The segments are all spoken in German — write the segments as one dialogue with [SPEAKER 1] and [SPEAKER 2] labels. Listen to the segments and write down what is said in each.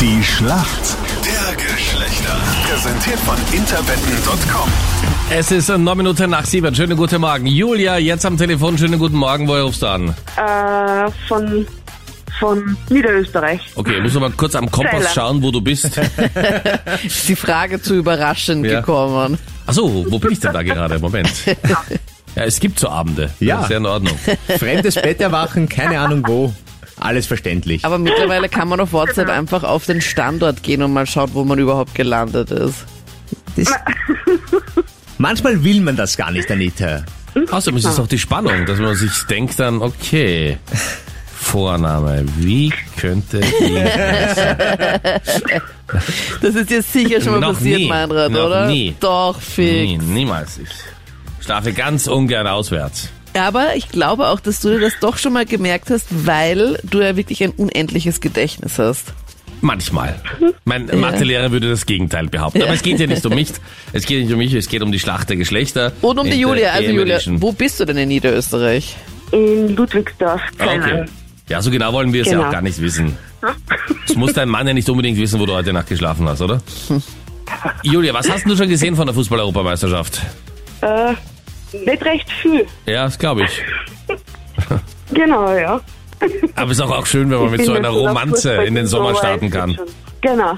[SPEAKER 1] Die Schlacht der Geschlechter. Präsentiert von interwetten.com.
[SPEAKER 2] Es ist äh, neun Minuten nach sieben. Schönen guten Morgen. Julia, jetzt am Telefon. Schönen guten Morgen. Woher rufst du an?
[SPEAKER 3] Äh, von, von Niederösterreich.
[SPEAKER 2] Okay, muss mal kurz am Kompass
[SPEAKER 3] Trailer.
[SPEAKER 2] schauen, wo du bist.
[SPEAKER 4] Ist die Frage zu überraschend
[SPEAKER 2] Ja.
[SPEAKER 4] gekommen.
[SPEAKER 2] Achso, wo bin ich denn da gerade? Moment. Ja, es gibt so Abende.
[SPEAKER 5] Ja.
[SPEAKER 2] Das ist ja in Ordnung.
[SPEAKER 5] Fremdes Bett erwachen, keine Ahnung wo. Alles verständlich.
[SPEAKER 4] Aber mittlerweile kann man auf WhatsApp einfach auf den Standort gehen und mal schauen, wo man überhaupt gelandet ist.
[SPEAKER 5] Das, manchmal will man das gar nicht, Anita.
[SPEAKER 2] Außerdem ist es auch die Spannung, dass man sich denkt dann, okay, Vorname, wie könnte die...
[SPEAKER 4] Das ist dir sicher schon mal
[SPEAKER 2] Noch
[SPEAKER 4] passiert,
[SPEAKER 2] nie.
[SPEAKER 4] Meinrad,
[SPEAKER 2] Noch
[SPEAKER 4] oder?
[SPEAKER 2] nie.
[SPEAKER 4] Doch,
[SPEAKER 2] Nee,
[SPEAKER 4] Fick.
[SPEAKER 2] niemals. Ich schlafe ganz ungern auswärts.
[SPEAKER 4] Aber ich glaube auch, dass du dir das doch schon mal gemerkt hast, weil du ja wirklich ein unendliches Gedächtnis hast.
[SPEAKER 2] Manchmal. Mein Mathelehrer würde das Gegenteil behaupten. Aber es geht ja nicht um mich. Es geht nicht um mich, es geht um die Schlacht der Geschlechter.
[SPEAKER 4] Und um die
[SPEAKER 2] Inter-
[SPEAKER 4] Julia. Also Julia,
[SPEAKER 2] Elimination.
[SPEAKER 4] wo bist du denn in Niederösterreich?
[SPEAKER 3] In Ludwigsdorf.
[SPEAKER 2] Ah,
[SPEAKER 3] Keine
[SPEAKER 2] Okay.
[SPEAKER 3] Ahnung.
[SPEAKER 2] Ja, so genau wollen wir es ja
[SPEAKER 3] Genau.
[SPEAKER 2] auch gar nicht wissen. Es muss dein Mann ja nicht unbedingt wissen, wo du heute Nacht geschlafen hast, oder? Julia, was hast denn du schon gesehen von der Fußball-Europameisterschaft?
[SPEAKER 3] Äh, nicht recht viel.
[SPEAKER 2] Ja, das glaube ich.
[SPEAKER 3] Genau, ja.
[SPEAKER 2] Aber es ist auch, auch schön, wenn man mit
[SPEAKER 3] Ich
[SPEAKER 2] so
[SPEAKER 3] bin
[SPEAKER 2] einer
[SPEAKER 3] jetzt schon auf
[SPEAKER 2] Romanze
[SPEAKER 3] Fußball
[SPEAKER 2] in den Sommer
[SPEAKER 3] gekommen,
[SPEAKER 2] starten
[SPEAKER 3] weiß ich
[SPEAKER 2] kann.
[SPEAKER 3] schon. Genau.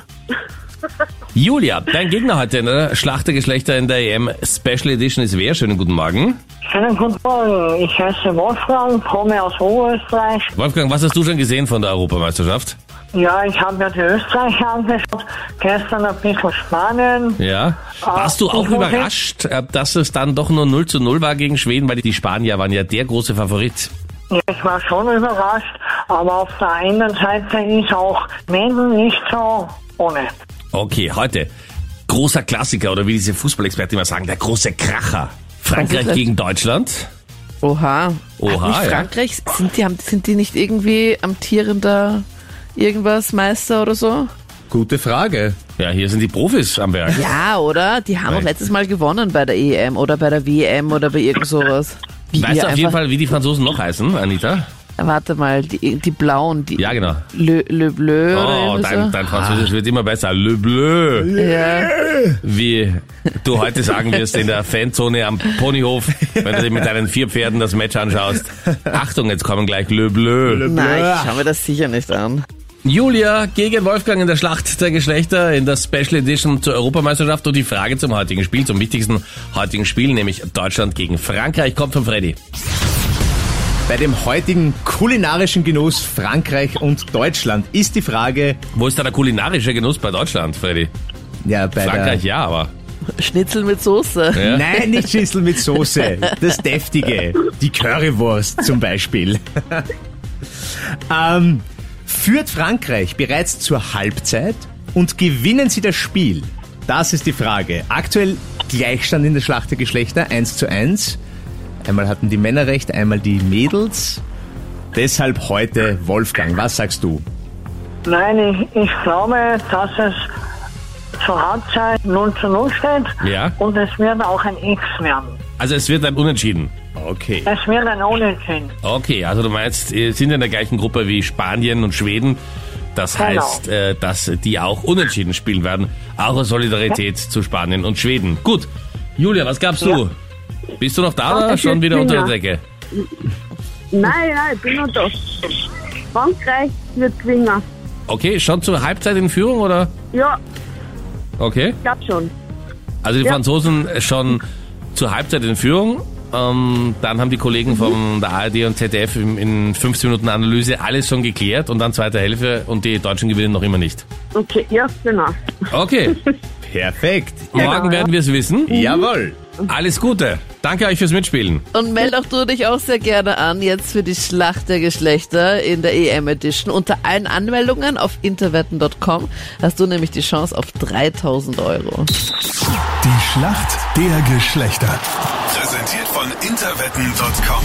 [SPEAKER 2] Julia, dein Gegner heute in der Schlacht der Geschlechter in der EM Special Edition ist wer? Schönen guten Morgen.
[SPEAKER 6] Schönen guten Morgen, ich heiße Wolfgang, komme aus Oberösterreich.
[SPEAKER 2] Wolfgang, was hast du schon gesehen von der Europameisterschaft?
[SPEAKER 6] Ja, ich habe mir die Österreicher angeschaut, gestern ein bisschen Spanien.
[SPEAKER 2] Ja. Warst du auch
[SPEAKER 6] ich hoffe-
[SPEAKER 2] überrascht, äh, dass es dann doch nur 0 zu 0 war gegen Schweden, weil die Spanier waren ja der große Favorit.
[SPEAKER 6] Ja, ich war schon überrascht, aber auf der einen Seite ist auch Menden nicht so ohne.
[SPEAKER 2] Okay, heute großer Klassiker oder wie diese Fußballexperten immer sagen, der große Kracher. Frankreich
[SPEAKER 4] Frankreich.
[SPEAKER 2] gegen Deutschland.
[SPEAKER 4] Oha.
[SPEAKER 2] Oha,
[SPEAKER 4] Hat
[SPEAKER 2] ja.
[SPEAKER 4] nicht Frankreich, sind, die, haben, sind die nicht irgendwie amtierender irgendwas Meister oder so?
[SPEAKER 5] Gute Frage.
[SPEAKER 2] Ja, hier sind die Profis am Werk.
[SPEAKER 4] Ja, oder? Die haben
[SPEAKER 2] Nein.
[SPEAKER 4] auch letztes Mal gewonnen bei der EM oder bei der WM oder bei irgend sowas. Wie
[SPEAKER 2] Weißt
[SPEAKER 4] ihr
[SPEAKER 2] du auf jeden Fall, wie die Franzosen noch heißen, Anita?
[SPEAKER 4] Warte mal, die, die Blauen, die
[SPEAKER 2] Ja, genau.
[SPEAKER 4] Le, Le Bleu
[SPEAKER 2] Oh,
[SPEAKER 4] oder
[SPEAKER 2] dein,
[SPEAKER 4] irgendwie
[SPEAKER 2] dein Französisch wird immer besser. Le Bleu.
[SPEAKER 4] so. Ja.
[SPEAKER 2] Wie du heute sagen wirst in der Fanzone am Ponyhof, wenn du dir mit deinen vier Pferden das Match anschaust. Achtung, jetzt kommen gleich Le Bleu.
[SPEAKER 4] Nein, ich schaue mir das sicher nicht an.
[SPEAKER 2] Julia gegen Wolfgang in der Schlacht der Geschlechter in der Special Edition zur Europameisterschaft und die Frage zum heutigen Spiel, zum wichtigsten heutigen Spiel, nämlich Deutschland gegen Frankreich, kommt von Freddy.
[SPEAKER 5] Bei dem heutigen kulinarischen Genuss Frankreich und Deutschland ist die Frage,
[SPEAKER 2] Wo ist da der kulinarische Genuss bei Deutschland, Freddy?
[SPEAKER 5] ja, bei
[SPEAKER 2] Frankreich ja, aber.
[SPEAKER 4] Schnitzel mit Soße.
[SPEAKER 5] der, Nein, nicht Schüssel mit Soße. Das Deftige. Die Currywurst zum Beispiel. ähm, führt Frankreich bereits zur Halbzeit und gewinnen sie das Spiel? Das ist die Frage. Aktuell Gleichstand in der Schlacht der Geschlechter, 1 zu 1. Einmal hatten die Männer recht, einmal die Mädels. Deshalb heute Wolfgang. Was sagst du?
[SPEAKER 6] Nein, ich, ich glaube, dass es zur Halbzeit 0 zu 0 steht
[SPEAKER 2] Ja.
[SPEAKER 6] und es wird auch ein X werden.
[SPEAKER 2] Also es wird ein Unentschieden.
[SPEAKER 5] Okay.
[SPEAKER 6] Es wird ein Unentschieden.
[SPEAKER 2] Okay, also du meinst, äh, sind in der gleichen Gruppe wie Spanien und Schweden. Das
[SPEAKER 6] Genau.
[SPEAKER 2] heißt, äh, dass die auch unentschieden spielen werden. Auch aus Solidarität zu Spanien und Schweden. Gut. Julia, was gabst du? Bist du noch da oder
[SPEAKER 3] ich
[SPEAKER 2] schon
[SPEAKER 3] bin
[SPEAKER 2] wieder unter der
[SPEAKER 3] da.
[SPEAKER 2] Decke?
[SPEAKER 3] Nein, nein, ich bin nur da. Frankreich wird gewinnen.
[SPEAKER 2] Okay, schon zur Halbzeit in Führung oder?
[SPEAKER 3] Ja,
[SPEAKER 2] Okay.
[SPEAKER 3] ich glaub schon.
[SPEAKER 2] Also die Franzosen schon zur Halbzeit in Führung. Ähm, dann haben die
[SPEAKER 3] Mhm.
[SPEAKER 2] Kollegen von der ARD und ZDF in, in 15 Minuten Analyse alles schon geklärt und dann zweite Hälfte und die Deutschen gewinnen noch immer nicht.
[SPEAKER 3] Okay, ja, genau.
[SPEAKER 2] Okay,
[SPEAKER 5] Perfekt.
[SPEAKER 2] morgen werden wir es wissen.
[SPEAKER 5] Jawohl.
[SPEAKER 2] Alles Gute. Danke euch fürs Mitspielen.
[SPEAKER 4] Und meld auch du dich auch sehr gerne an, jetzt für die Schlacht der Geschlechter in der EM Edition. Unter allen Anmeldungen auf interwetten.com hast du nämlich die Chance auf 3000 Euro.
[SPEAKER 1] Die Schlacht der Geschlechter. Präsentiert von interwetten.com.